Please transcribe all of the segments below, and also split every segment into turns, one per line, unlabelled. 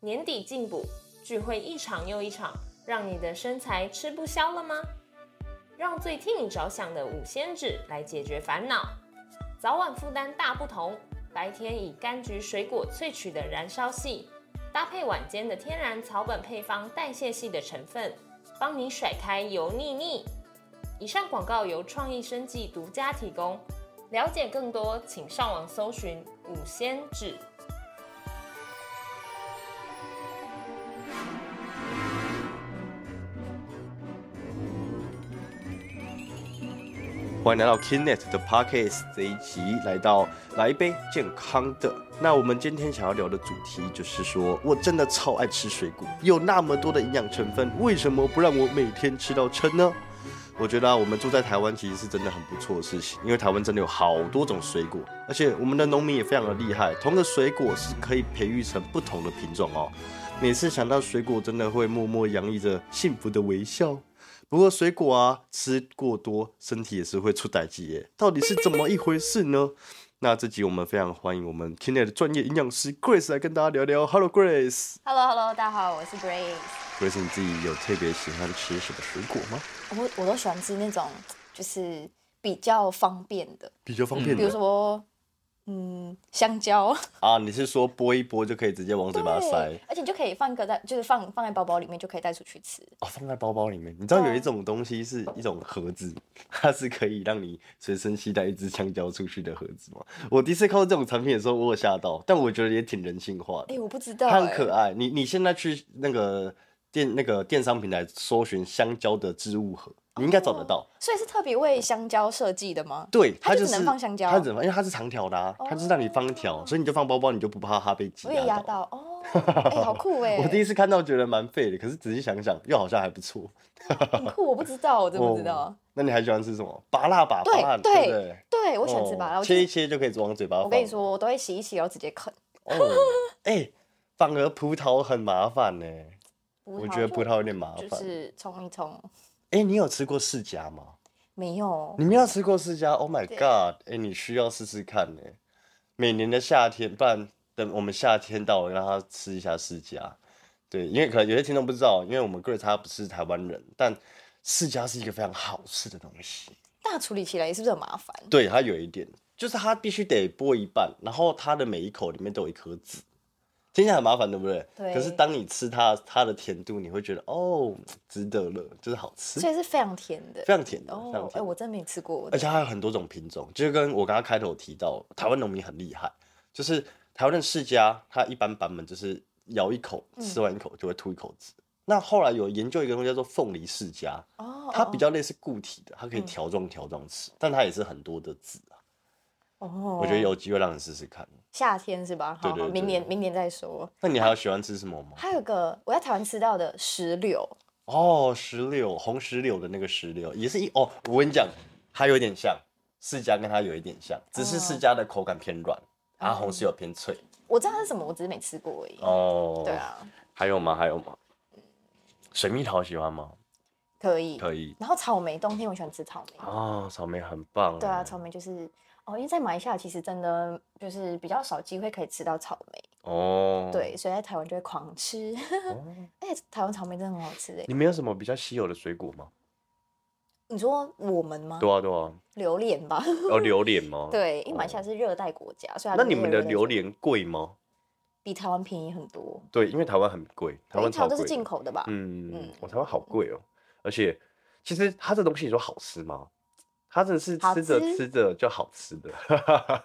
年底进补，聚会一场又一场，让你的身材吃不消了吗？让最替你着想的五仙子来解决烦恼。早晚负担大不同，白天以柑橘水果萃取的燃烧系，搭配晚间的天然草本配方代谢系的成分，帮你甩开油腻腻。以上广告由创意生技独家提供。了解更多，请上网搜寻五仙子。
欢迎来到 Kinet 的 Podcast 这一集，来到来一杯健康的。那我们今天想要聊的主题就是说，我真的超爱吃水果，有那么多的营养成分，为什么不让我每天吃到撑呢？我觉得、啊、我们住在台湾其实是真的很不错的事情，因为台湾真的有好多种水果，而且我们的农民也非常的厉害，同个水果是可以培育成不同的品种哦。每次想到水果，真的会默默洋溢着幸福的微笑。不过水果啊，吃过多身体也是会出歹疾耶，到底是怎么一回事呢？那这集我们非常欢迎我们 Kinet 的专业营养师 Grace 来跟大家聊聊。Hello Grace。
Hello Hello，大家好，我是 Grace。
Grace，你自己有特别喜欢吃什么水果吗？
我我都喜欢吃那种就是比较方便的，
比较方便
比
的
如说嗯香蕉，
啊，你是说剥一剥就可以直接往嘴巴塞
对，？而且你就可以放一个在就是放放在包包里面就可以带出去吃。
哦，放在包包里面。你知道有一种东西是一种盒子，它是可以让你随身携带一只香蕉出去的盒子吗？我第一次看到这种产品的时候，我有吓到，但我觉得也挺人性化的
哎、。我不知道、
它很
哎
可爱。你你现在去那个电那个电商平台搜寻香蕉的织物盒，你应该找得到。
所以是特别为香蕉设计的吗？
对，
哦它就
就
只
是
能放香蕉哦
它只能放，因为它是长条的、啊，它就是让你放一条，所以你就放包包，你就不怕它被挤
我也压
压到。
到哦，哎、好酷哎、
我第一次看到觉得蛮废的，可是仔细想想又好像还不错。
很酷，我不知道，我真不知道。
哦那你还喜欢吃什么？拔辣吧，拔
对
辣，
对
不对？
对，我喜欢吃芭乐。
哦
我就
切一
是
切就可以往嘴巴放。
我跟你，说，我都会洗一洗，然后直接啃。
哦，哎、反而葡萄很麻烦呢、我觉得葡萄有点麻
就
烦。
就
哎、
是冲一冲，
你有吃过释迦吗？
没有
你没有吃过释迦？Oh my
对
god！哎、你需要试试看呢、每年的夏天，不然等我们夏天到了，让他吃一下释迦。对，因为可能有些听众不知道，因为我们 Grace 他不是台湾人，但释迦是一个非常好吃的东西。
那处理起来是不是很麻烦？
对，它有一点，就是它必须得剥一半，然后它的每一口里面都有一颗籽，听起来很麻烦，对不对？
对
可是当你吃它，它的甜度，你会觉得哦，值得了，就是好吃，
所以是非常甜的。
非常甜的，非常
哦
甜，
哎、我真没吃过。
而且它有很多种品种，就跟我刚刚开头提到，台湾农民很厉害，就是台湾的世家，它一般版本就是咬一口，
嗯
吃完一口就会吐一口汁。那后来有研究一个东西叫做凤梨世家，
哦，嗯
它比
较
较类似固体的，它可以条状条状吃，但它也是很多的籽啊。
哦，
我觉得有机会让你试试看。
夏天是吧？好
对对
好
对
明年明年再说。
那你还有喜欢吃什么吗？
还有一个我在台湾吃到的石榴，
哦，石榴，红石榴的那个石榴也是一哦，我跟你讲，它有点像释迦，跟它有一点像，只是
哦
释迦的口感偏软，啊，红石榴偏脆。
我知道它是什么，我只是没吃过而已。
哦，
对啊，
还有吗？还有吗？水蜜桃喜欢吗？
可以。
可以
然后草莓，冬天我喜欢吃草莓。
哦，草莓很棒。欸
对啊，草莓就是哦，因为在马来西亚其实真的就是比较少机会可以吃到草莓，
哦，，
对，所以在台湾就会狂吃。 而且台湾草莓真的很好吃诶。
你们有什么比较稀有的水果吗？
你说我们吗？
对啊，对啊，
榴莲吧，
哦，榴莲吗？。
嗯 对，因为马来西亚是热带国家，所以它
那
就
你
会
们
有
的榴莲贵吗？
比台湾便宜很多，
对，因为台湾很贵，台
对因为
湾
台
超
湾
贵
都是
的。
进口的吧？
嗯
嗯，
我台湾好贵哦，而且其实它这东西你说好吃吗？它真的是
好
吃着
吃
吃着就好吃的，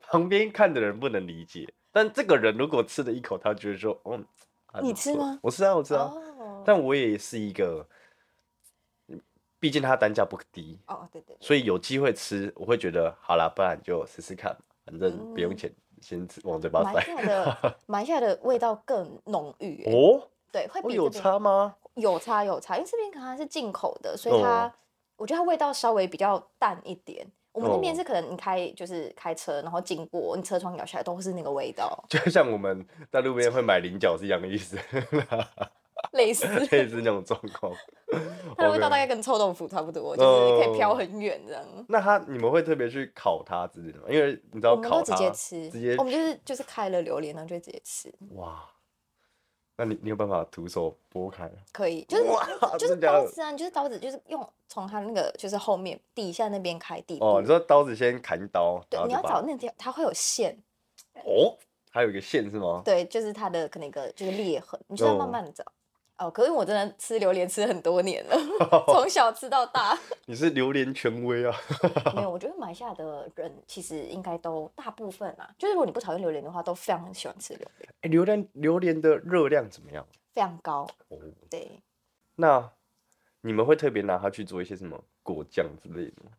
旁边看的人不能理解，但这个人如果吃了一口，他就会说，嗯，还
你
不
吃
错
吗
我吃啊，我吃啊，
哦，
但我也是一个，毕竟它单价不低，
哦，对对对，
所以有机会吃，我会觉得好啦，不然就试试看，反正不用
嗯
钱，先吃往嘴巴
马来西
塞。
亚 的马来西亚的味道更浓郁、欸，
哦，
对，会
我
比
有
这边
差吗？
有差有差，因为这边可能它是进口的，所以它、
哦
我觉得它味道稍微比较淡一点。我们那边
哦，
是可能你开就是开车，然后经过你车窗摇下来都是那个味道
就像我们在路边会买菱角是一样的意思，
类似
类似那种状况。
它的味道
OK
大概跟臭豆腐差不多，就是可以飘
哦
很远这样。
那它你们会特别去烤它之类的吗？因为你知道
我们
烤
都
它
直接吃，
直接
我们就是就是开了榴莲，然后就直接吃。
哇，那你你有办法徒手剥开？
可以，就是
哇真
就是
的假的
刀子啊，你就是刀子，就是用从它那个就是后面底下那边开底部。
哦，你说刀子先砍一刀，然
对，
后
你
就
要
把
找那条，它会有线，
哦，还有一个线是吗？
对，就是它的可能一个就是裂痕，你就要慢
哦
慢地找。哦，可是我真的吃榴莲吃很多年 了，从小吃到大。
你是榴莲权威啊！
没有，我觉得马来西亚的人其实应该都大部分啊，就是如果你不讨厌榴莲的话，都非常喜欢吃榴莲，
哎，榴莲榴莲的热量怎么样？
非常高。
哦，
对，
那你们会特别拿它去做一些什么果酱之类的吗？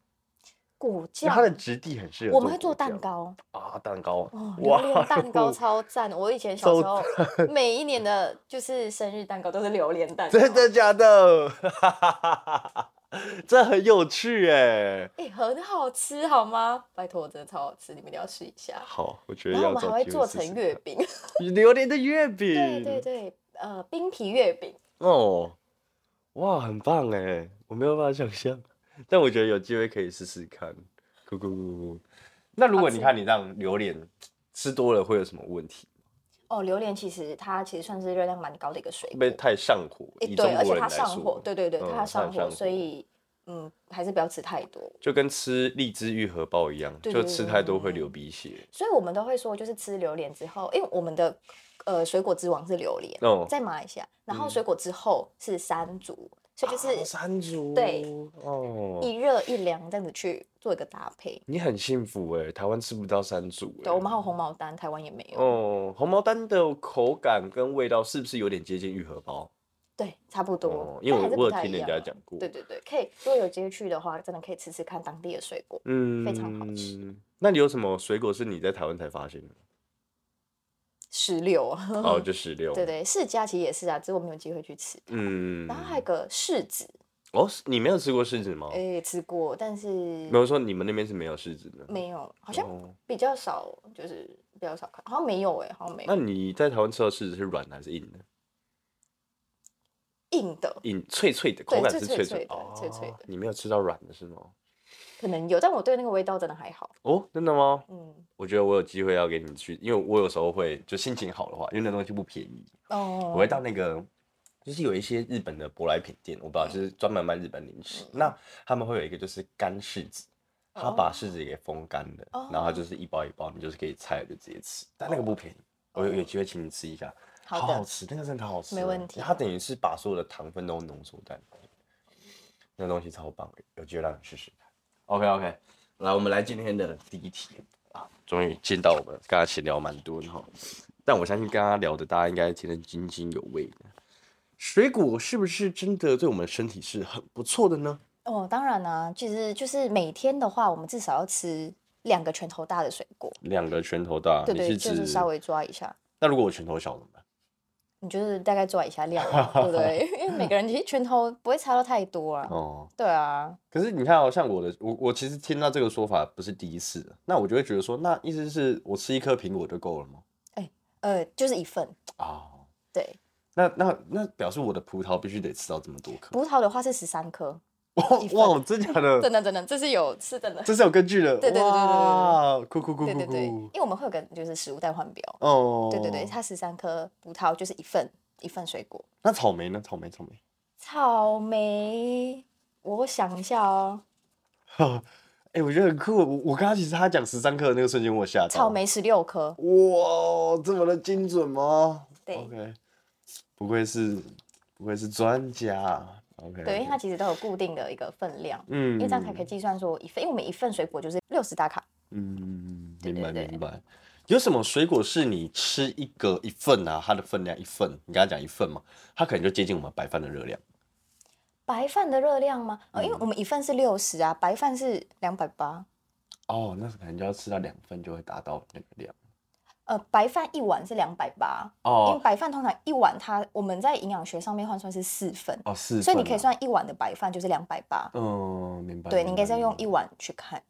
果
因为
酱
它的质地很适合。
我们会做蛋糕，
啊，蛋糕
哦，榴
哇
莲 蛋糕
哦
超赞！我以前小时
超
候每一年的就是生日蛋糕都是榴莲蛋糕，
真的假的？ 这很有趣哎。
哎、很好吃好吗？拜托，真的超好吃，你们一定要试一下。
好，我觉得
然后
要
我们还
找
会
机
做
会试
成
试
月
看
饼，
榴莲的月饼。
对对对，呃，冰皮月饼，
哦，哇，很棒哎，我没有办法想象，但我觉得有机会可以试试看。咕咕咕咕。那如
好
果你
吃
看你让榴莲吃多了会有什么问题？
哦，榴莲其实它其实算是热量蛮高的一个水
会不
果
会，太上火？
哎
以中
对，而
国
且
人
它
来
上
说
火，，对对对，
嗯它
它上
上
火，所
火
以嗯，还是不要吃太多。
就跟吃荔枝愈合包一样，
对
就
对
吃
对
太多会
对
流鼻血。
所以我们都会说，就是吃榴莲之后，因为我们的呃水果之王是榴莲，
哦，
在马来西亚，然后
嗯
水果之后是山竹，所以就
啊
是
山竹
对
哦，
一热一凉这样子去做一个搭配。
你很幸福哎，台湾吃不到山竹哎。
对，我们还有红毛丹，台湾也没有。
哦，红毛丹的口感跟味道是不是有点接近愈合包？
对，差不多。
哦，因为
但
我
还是
我有
不太
听
一
人
样
家
啊。
讲过。
对对对，可以，如果有机会去的话，真的可以吃吃看当地的水果。
嗯，
非常好吃。
那你有什么水果是你在台湾才发现的？
石榴啊，
哦，就石榴。
对。对，释迦其实也是啊，只是我没有机会去吃。
嗯
然后还有个柿子，
哦，是你没有吃过柿子吗？
哎、吃过，但是
哦没有说你们那边是没有柿子的。
没有，好像
哦
比较少，就是比较少看，好像没有哎、好像没有
那你在台湾吃到柿子是软的还是硬的？
硬的，
硬脆脆的，
对
口感
脆
是
脆
脆
脆的
哦
脆脆的
你没有吃到软的是吗？
可能有，但我对那个味道真的还好。
哦，真的吗？
嗯，
我觉得我有机会要给你去，因为我有时候会就心情好的话，因为那东西不便宜，
哦，
我会到那个，就是有一些日本的舶来品店，我不知道，就是专门卖日本零食。那他们会有一个就是干柿子，他把柿子给风干的，然后它就是一包一包，你就是可以拆了就直接吃，但那个不便宜。我有有机会请你吃一下，
好
好
的
吃，那个真的好好吃哦，
没问题
它等于是把所有的糖分都浓缩在里面，那东西超棒的，有机会让你试试看。OK OK，来，我们来今天的第一题啊，终于见到我们，刚刚闲聊蛮多的哈，但我相信刚刚聊的大家应该听得津津有味的。水果是不是真的对我们身体是很不错的呢？
哦，当然啦、其实就是每天的话，我们至少要吃两个拳头大的水果。
两个拳头大，
对对，
啊你
就
指
是稍微抓一下，
那如果我拳头小怎么办？
你就是大概抓一下量啊，对不对？ 因为每个人其实拳头不会差到太多啊。
哦，
对啊，
可是你看哦，像我的，我我其实听到这个说法不是第一次了，那我就会觉得说，那意思是我吃一颗苹果就够了吗？
呃，就是一份。
啊、
对，
那那那表示我的葡萄必须得吃到这么多颗？
葡萄的话是十三颗，一份
哇哇，真假
真
的？
的真的，这是有是真的。
这是有根据的，
对对对对对对
哇，酷酷酷
对
酷
对对，
酷
因，为我们会有个就是食物代换表，
哦，
对对对，它十三颗葡萄就是一份一份水果。
那草莓呢？草莓草莓，
草莓，我想一下哦，
哎、我觉得很酷。我我刚刚其实他讲十三克的那个瞬间，我有吓到。
草，莓十六颗，
哇，这么的精准吗？
对
，OK，不愧是不愧是专家。OK，
对，因为它其实都有固定的一个分量，
嗯，
因为这样才可以计算说一份，因为我们一份水果就是六十大卡。
嗯，
对
明白
对对
明白。有什么水果是你吃一个一份啊？它的分量一份，你刚刚讲一份嘛，它可能就接近我们白饭的热量。
白饭的热量吗？呃，因为我们一份是六十啊，白饭是两百八，
哦，那可能就要吃到两份就会达到那个量。
呃，白饭一碗是两百八，因为
哦
白饭通常一碗它我们在营养学上面换算是四份，
哦，是、
所以你可以。算一碗的白饭就是两百八。
嗯，明白。
对，
明
你应该
白
是要
明
用
白
一碗去看。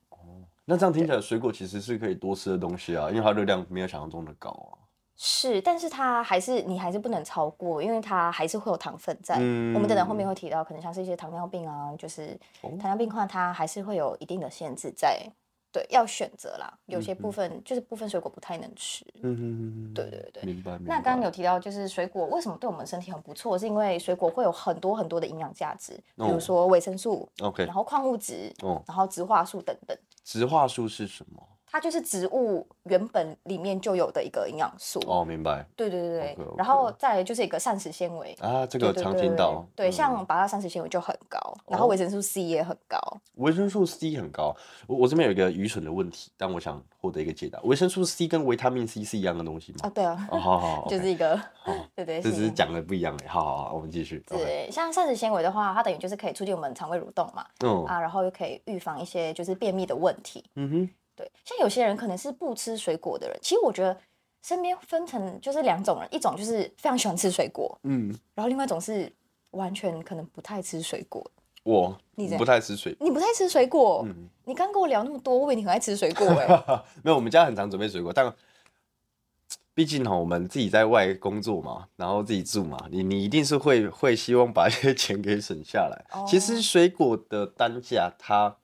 那这样听起来，水果其实是可以多吃的东西啊，因为它热量没有想象中的高啊。
是，但是它还是你还是不能超过，因为它还是会有糖分在。我们等等后面会提到，可能像是一些糖尿病啊，就是
嗯哦
糖尿病的话，它还是会有一定的限制在。对，要选择啦。有些
嗯
部分、就是部分水果不太能吃。
嗯嗯嗯，
对对对
明白。明
那刚刚
白
有提到，就是水果为什么对我们身体很不错，是因为水果会有很多很多的营养价值，比
哦
如说维生素，
OK
然后矿物质，
哦，
然后植化素等等，
植化素是什么？
它就是植物原本里面就有的一个营养素。
哦，明白
对对对对
OK，OK
然后再来就是一个膳食纤维，
啊，这
这
个常听到。
对，
嗯哦
像把它膳食纤维就很高，然后维生素 C 也很高。
维生素 C 很高，我我这边有一个愚蠢的问题，但我想获得一个解答。维生素 C 跟维他命 C 是一样的东西吗
啊，？对啊，
哦，好好，好
就
OK
是一个，
好
对对，
这只
一
是
个。
讲的不一样哎。好好好，我们继续。OK，
对，像膳食纤维的话，它等于就是可以促进我们肠胃蠕动嘛，
嗯
啊，然后又可以预防一些就是便秘的问题。
嗯哼，
对，像有些人可能是不吃水果的人，其实我觉得身边分成就是两种人，一种就是非常喜欢吃水果，
嗯，
然后另外一种是完全可能不太吃水果。
我
你怎样
不太吃水。
你不太吃水果，
嗯
你刚跟我聊那么多，我以为你很爱吃水果哎、
没有，我们家很常准备水果，但毕竟哈，我们自己在外工作嘛，然后自己住嘛，你你一定是会会希望把一些钱给省下来。其实
哦
水果的单价它，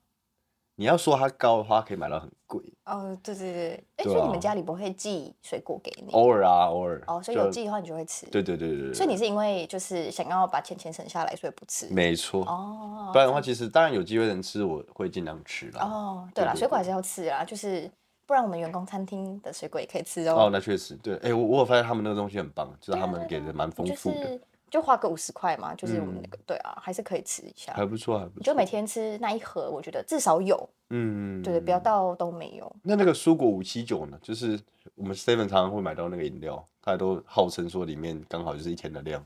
你要说它高的话，可以买到很贵，
哦，对对对，哎、
对
所以你
啊
们家里不会寄水果给你？
偶尔啊，偶尔。
哦，所以有
就
寄的话你就会吃。
对对对对对。
所以你是因为就是想要把钱钱省下来，所以不吃。
没错，
哦，
不然的话，其实当然有机会能吃，我会尽量吃啦。
哦，对啦，
对对
水果还是要吃啦，就是不然我们员工餐厅的水果也可以吃哦。
哦，那确实对，哎、我我有发现他们那个东西很棒，就是
对啊
他们给的蛮丰
就
富的，
是就花个五十块嘛，就是我们
嗯
那个、对啊，还是可以吃一下。
还不错，还不
你
错。
就每天吃那一盒，我觉得至少有，
嗯，
对对，不要到都没有。
那那个蔬果五七九呢？就是我们 Seven 常常会买到那个饮料，它都号称说里面刚好就是一天的量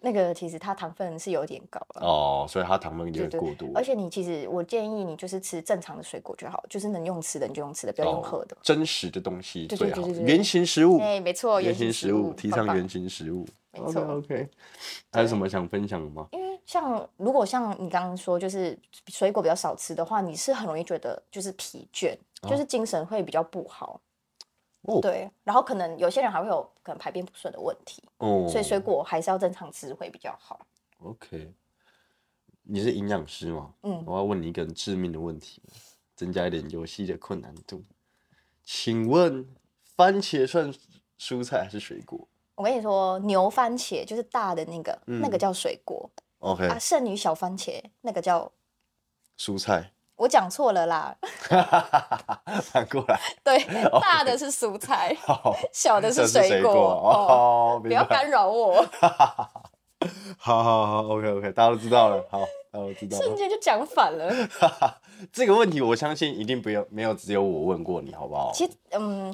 那个其实它糖分是有点高了。
哦，所以它糖分有
对
点
对
过多。
而且你其实，我建议你就是吃正常的水果就好，就是能用吃的你就用吃的，不要用
哦
喝的。
真实的东西
对
最
对对
好，
对对
原型食物，
哎，没错，
原
形
型食物，提倡
棒棒
原型食物。
没错
OK，还有什么想分享的吗？
因为像如果像你刚刚说，就是水果比较少吃的话，你是很容易觉得就是疲倦，
哦
就是精神会比较不好。
哦
对，然后可能有些人还会有可能排便不顺的问题，
哦，
所以水果还是要正常吃会比较好。
OK，你是营养师吗？
嗯
我要问你一个很致命的问题，增加一点游戏的困难度。请问番茄算蔬菜还是水果
我跟你说，牛番茄就是大的那个，那个
嗯
叫水果
？OK，
啊，剩女小番茄那个叫
蔬菜，
我讲错了啦，
反过来，
对，
哦
大的是蔬菜，
好，
小的
嗯这
是水果。 哦，
哦，
不要
明白，
干扰我，
好好好，OK OK，大家都知道了，好，大家都知道
瞬
了。
间就讲反了。
哈哈，这个问题我相信一定不要没有只有我问过你，好不好？
其实，嗯，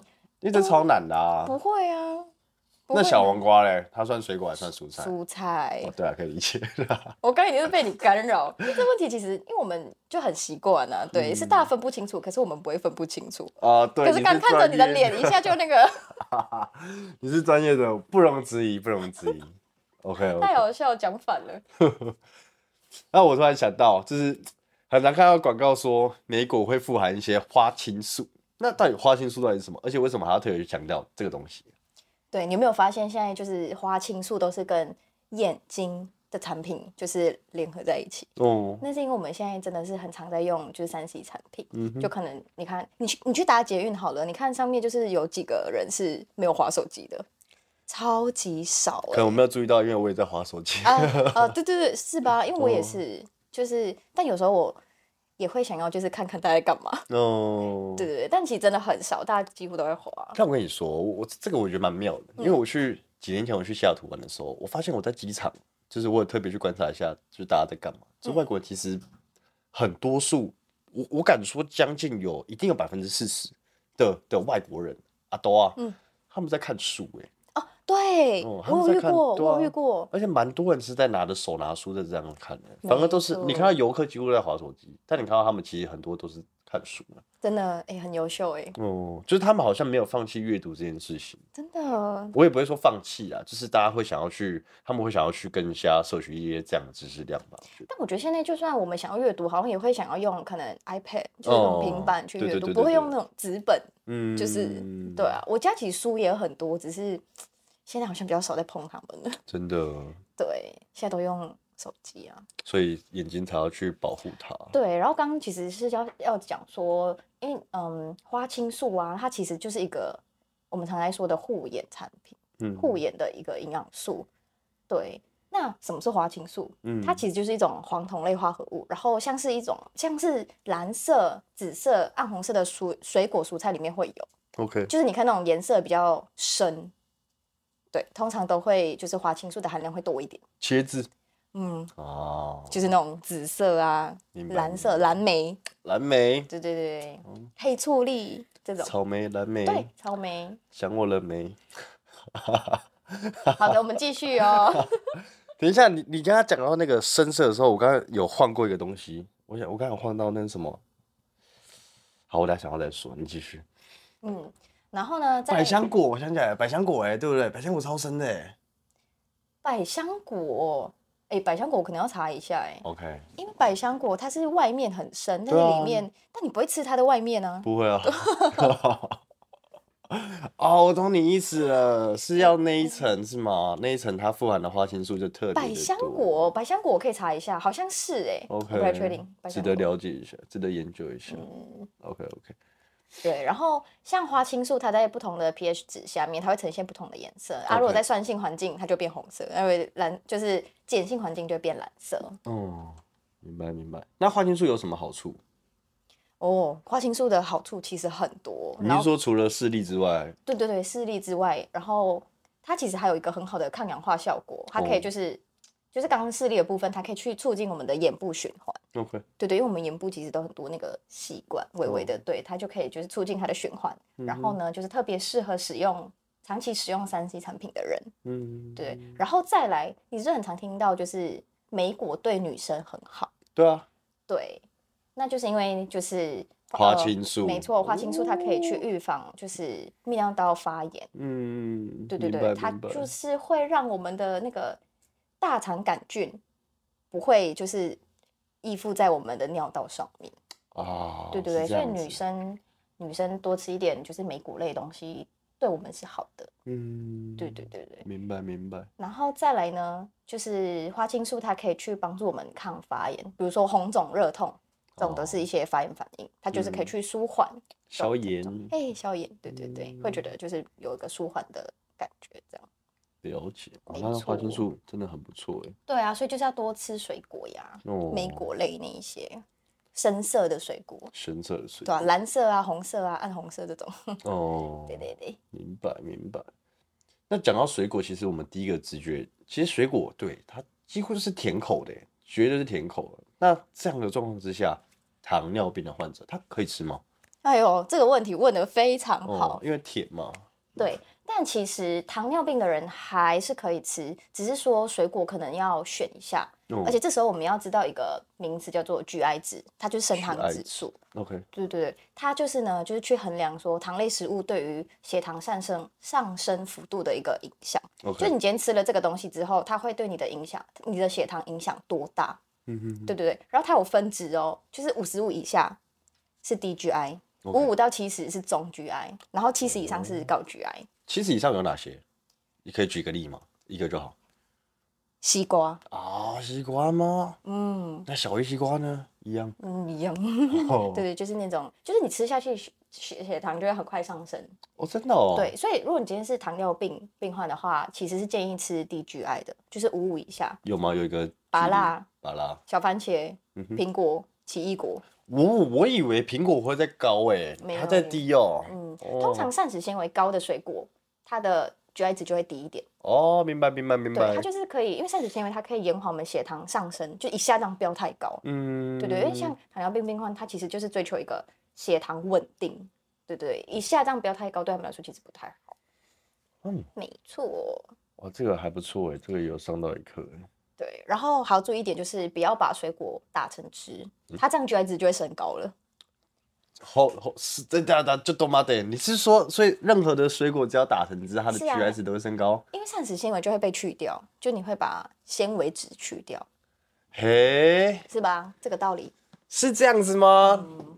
因为这超难的啊。
不会啊。不
那
会
小
啊
黄瓜嘞，它算水果还算蔬菜？
蔬菜
哦，，对啊，可以理解啦。
我刚才已经是被你干扰。因为这问题其实，因为我们就很习惯啊，对，是大家分不清楚，可是我们不会分不清楚。
啊，嗯对。
可是刚看着你的
专业
脸，一下就那 个
的，你是专业的，不容置疑，不容置 疑。OK
太
OK。
好笑，讲反了。
那我突然想到，就是很难看到广告说莓果会富含一些花青素，那到底花青素到底是什么？而且为什么还要特别去强调这个东西？
对，你有没有发现现在就是花青素都是跟眼睛的产品就是联合在一起？
哦，
那是因为我们现在真的是很常在用就是三 C 产品，
嗯哼
就可能你看你去你去打捷运好了，你看上面就是有几个人是没有划手机的，超级少、欸。
可能我没有注意到，因为我也在划手机。
啊啊，对对对，是吧？因为我也
哦
是，就是，但有时候我也会想要，就是看看大家在干嘛。
哦，
对对对，但其实真的很少，大家几乎都会滑。
但我跟你说，我我这个我觉得蛮妙的，因
嗯
为我去几年前我去西雅图玩的时候，我发现我在机场，就是我有特别去观察一下，就是大家在干嘛。就
嗯
外国人其实很多数，我我敢说将近有一定有百分之四十的的外国人啊都啊，
嗯
他们在看书哎、
哦，对，
哦他们
我有
在
遇
看
过，
对
我有
啊
遇过，
而且蛮多人是在拿着手拿书在这样看的、反而都是
没
你看
错
到游客几乎在划手机，但你看到他们其实很多都是看书的
真的哎、很优秀哎、
哦，就是他们好像没有放弃阅读这件事情。
真的。
我也不会说放弃啊，就是大家会想要去，他们会想要去更加摄取一些这样的知识量吧。我觉得
但我觉得现在就算我们想要阅读，好像也会想要用可能 iPad 就是
哦
用平板去
对
阅
对
读，
对
不
对
会
对
用那种纸本，
嗯
就是、对啊。我家其实书也有很多，只是现在好像比较少在碰它们了。
真的
对，现在都用手机啊。
所以眼睛才要去保护它。
对，然后刚刚其实是要要讲说，因为嗯，花青素啊，它其实就是一个我们常来说的护眼产品，
嗯
护眼的一个营养素。对，那什么是花青素？
嗯
它其实就是一种黄酮类化合物，然后像是一种像是蓝色、紫色、暗红色的蔬水果蔬菜里面会有，
OK，
就是你看那种颜色比较深，对，通常都会就是花青素的含量会多一点。
茄子
嗯，
哦，
就是那种紫色啊、
明白
蓝
明
色、
白
蓝莓，
蓝莓、
对对对对，黑醋栗这种，
草莓、蓝莓，
对，草 莓。
想我了没？
好的，我们继续哦。
等一下，你你刚刚讲到那个深色的时候，我刚刚有晃过一个东西，我想我刚刚有晃到那是什么？好，我等一下想要再说，你继续。
嗯，然后呢，在
百香果，我想起来了，百香果哎、对不对？百香果超深的哎、
百香果，哎、百香果我可能要查一下哎、
OK，
因为百香果它是外面很深，
对
但是
啊
里面，但你不会吃它的外面啊。
不会啊。 哦，我懂你意思了，是要那一层是吗？那一层它富含的花青素就特别
百
地
香
多
果，百香果我可以查一下，好像是哎、我不太确定
OK，。
百
值
香
得
果嗯
了解一下，值得研究一下。OK OK，
对，然后像花青素，它在不同的 pH 值下面，它会呈现不同的颜色。啊，
OK
如果在酸性环境，它就变红色；，因为蓝就是碱性环境就会变蓝色。
哦，明白明白。那花青素有什么好处？
哦，花青素的好处其实很多。
你
然
是说
后，
除了视力之外，
对对对，视力之外，然后它其实还有一个很好的抗氧化效果，它可以
哦
就是、就是刚刚视力的部分，它可以去促进我们的眼部循环。
？OK，嗯
对对，因为我们眼部其实都很多那个细管，微微
哦
的，对，它就可以就是促进它的循环。
嗯
然后呢，就是特别适合使用长期使用三 C 产品的人，
嗯，
对。然后再来，你是很常听到就是莓果对女生很好，
对啊，
对，那就是因为就是
花
呃
青素哦
没错，花青素它可以去预防就是泌尿道发炎，
嗯，
对对
明
对，
白
它
明白
就是会让我们的那个大肠杆菌不会就是依附在我们的尿道上面。
啊，
对对
是
对，
这
所以
样
女
子，
生女生多吃一点就是莓果类的东西，对我们是好的。
嗯，
对对，对对，
明白明白，
然后再来呢，就是花青素它可以去帮助我们抗发炎，比如说红肿热痛，这种都是一些发炎反应，它就是可以
哦嗯
去舒缓这
消
种症
炎
状哎、消炎，对对
嗯
对，会觉得就是有一个舒缓的感觉，这样。
了解。哦
没
那花青
错
素真的很不错哎，
对啊，所以就是要多吃水果呀，
哦，
莓果类那一些深色的水果，
深色的水
对啊，蓝色啊、红色啊、暗红色这种。
哦，
对对对，
明白明白。那讲到水果，其实我们第一个直觉，其实水果对它几乎就是甜口的耶，绝对是甜口的。那这样的状况之下，糖尿病的患者他可以吃吗？
哎呦，这个问题问得非常嗯好。
哦，因为甜嘛。
对，但其实糖尿病的人还是可以吃，只是说水果可能要选一下。
嗯
而且这时候我们要知道一个名词叫做 GI 值，它就是升糖
GI
指
值
数。
OK，
对对对，它就是呢，就是去衡量说糖类食物对于血糖上升上升幅度的一个影响。
OK
就你今天吃了这个东西之后，它会对你的影响，你的血糖影响多大？
嗯哼，
对对对，然后它有分值哦，就是五十五以下是低 GI，
OK 哦
五五到七十是中 GI，然后七十以上是高 GI。
七十以上有哪些？你可以举个例吗？一个就好。
西瓜，
啊、西瓜吗？
嗯
那小鱼西瓜呢？一样。
嗯，一样。
哦，
对对，就是那种，就是你吃下去血血血糖就会很快上升。
哦，真的哦。，
对，所以如果你今天是糖尿病病患的话，其实是建议吃低 GI 的，就是五五以下，
有吗？有一个
芭
举例
辣、
芭拉。
小番茄、
嗯哼，
苹果、奇异果。
我我以为苹果会在高诶，
没
它
有
在低哦。
嗯，
哦
通常膳食纤维高的水果，它的 GI 值就会低一点。
哦，明白明白明
对，
白
它。就是可以，因为膳食纤维它可以延缓我们血糖上升，就一下这样飙太高。
嗯，
对对，因为像糖尿病病患，他其实就是追求一个血糖稳定。对对，一下这样飙太高，对他们来说其实不太好。
嗯，
没错，
哇，这个还不错欸诶，这个有上到一欸课诶。
对。然后还要注意一点，就是不要把水果打成汁，
嗯
它这样 GI 值就会升高了。
好好是这这这就多妈的，你是说，所以任何的水果只要打成汁，它的
是啊
GI 值都会升高？
因为膳食纤维就会被去掉，就你会把纤维质去掉，
嘿，
是吧？这个道理。
是这样子吗？
嗯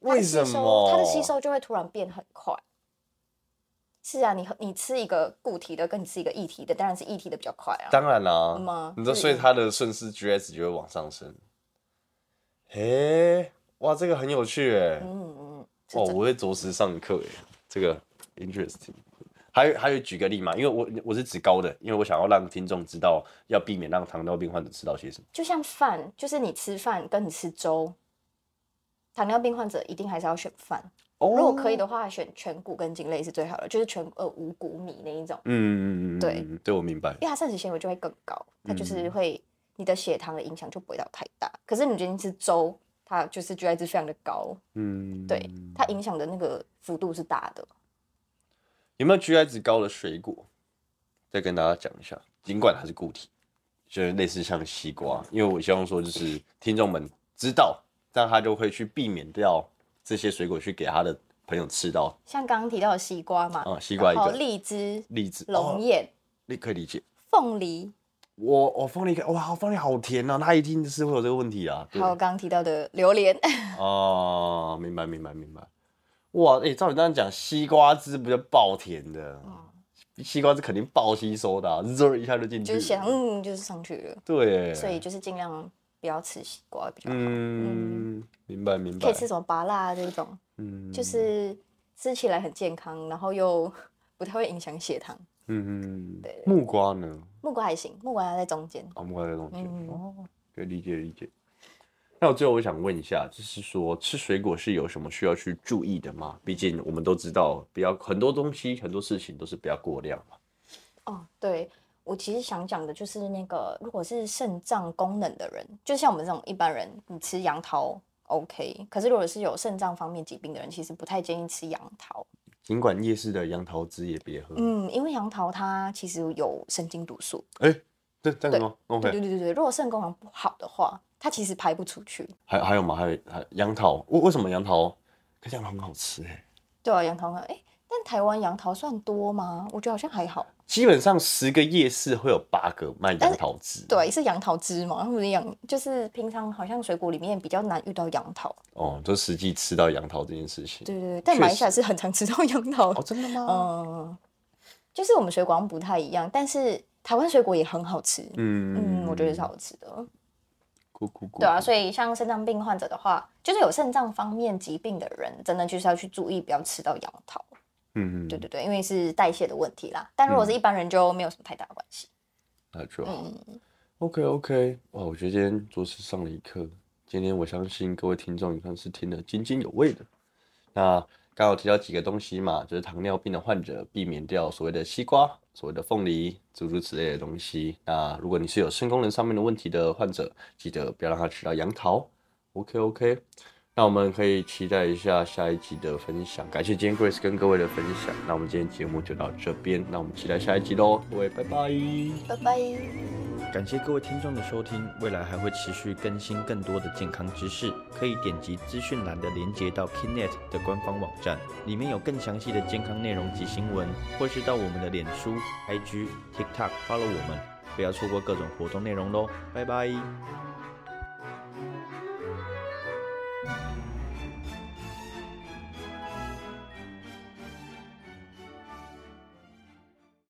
它的
为
吸
什
收
么
它的吸收就会突然变很快？是啊，你喝你吃一个固体的，跟你吃一个液体的，当然是液体的比较快啊。
当然啦、
吗
你知道，
是
所以它的顺势 GS 就会往上升。诶、哇，这个很有趣欸诶、
嗯嗯，
哇，哦我会着实上课诶、这个 interesting。还有还有，举个例嘛，因为我我是指高的，因为我想要让听众知道要避免让糖尿病患者吃到些什么。
就像饭，就是你吃饭跟你吃粥，糖尿病患者一定还是要选饭。
哦
如果可以的话，选全谷跟茎类是最好的，就是全呃五谷米那一种，
嗯，嗯嗯嗯，
对
嗯，对我明白。
因为它膳食纤维就会更高，它就是
嗯
会、你的血糖的影响就不会到太大。可是你决定吃粥，它就是 GI 值非常的高，
嗯，
对，它影响的那个幅度是大的。
有没有 GI 值高的水果？再跟大家讲一下，尽管它是固体，就是类似像西瓜，因为我希望说就是听众们知道，这样他就会去避免掉这些水果去给他的朋友吃到
像刚刚提到的西瓜嘛，
啊、西瓜一
然后
个
荔枝、
荔枝，
龙
哦，
眼、
你可以理解。
凤梨，
我我凤梨可以，哇，凤梨好甜啊，那一定是会有这个问题啊。
还
对
有刚刚提到的榴莲，
哦，明白明白明白。哇，哎、照你这样讲，西瓜汁不就爆甜的？
哦
西瓜汁肯定爆吸收的、啊，热一下就进去
就
了。
是血糖嗯就是上去了，
对，
所以就是尽量不要吃西瓜比较好。
嗯，明白明白。
可以吃什么芭辣啊这种，
嗯，
就是吃起来很健康，然后又不太会影响血糖。
嗯嗯，
对
木瓜呢？
木瓜还行，木瓜它在中间。
啊，木瓜这种东西，
嗯
哦，可以理解理解。那我最后我想问一下，就是说吃水果是有什么需要去注意的吗？毕竟我们都知道，不要很多东西很多事情都是不要过量嘛。
哦，对我其实想讲的就是那个，如果是肾脏功能的人，就像我们这种一般人，你吃杨桃 OK，可是如果是有肾脏方面疾病的人，其实不太建议吃杨桃。
尽管夜市的杨桃汁也别喝。
嗯，因为杨桃它其实有神经毒素。
哎、对，这样子吗哦
对对
？OK，
对对对，如果肾功能不好的话，它其实排不出去。
还还有吗？还有还有杨桃，为为什么杨桃？可是杨桃很好吃哎、
对啊，杨桃呢？哎，但台湾杨桃算多吗？我觉得好像还好。
基本上十个夜市会有八个卖
但
杨
是
桃汁。
哎对，啊是杨桃汁嘛，或者杨，就是平常好像水果里面比较难遇到杨桃。
哦，就实际吃到杨桃这件事情。
对对对，但
确
马来西亚是很常吃到杨桃
哦，。真的吗？
嗯，就是我们水果好像不太一样，但是台湾水果也很好吃。
嗯
嗯，我觉得是好吃的。
咕咕咕。
对啊，所以像肾脏病患者的话，就是有肾脏方面疾病的人，真的就是要去注意不要吃到杨桃。
嗯，
对对对，因为是代谢的问题啦。但如果是一般人，就没有什么太大的关系。
那就好。
嗯，
OK OK，哇，我觉得今天着实上了一课。今天我相信各位听众也算是听得津津有味的。那刚好提到几个东西嘛，就是糖尿病的患者避免掉所谓的西瓜、所谓的凤梨、诸如此类的东西。那如果你是有肾功能上面的问题的患者，记得不要让他吃到杨桃。OK OK，那我们可以期待一下下一集的分享。感谢今天 Grace 跟各位的分享。那我们今天节目就到这边，那我们期待下一集喽，各位拜拜。
拜拜。
感谢各位听众的收听，未来还会持续更新更多的健康知识，可以点击资讯栏的连接到 Kinet 的官方网站，里面有更详细的健康内容及新闻，或是到我们的脸书、IG、TikTok follow 我们，不要错过各种活动内容喽，拜拜。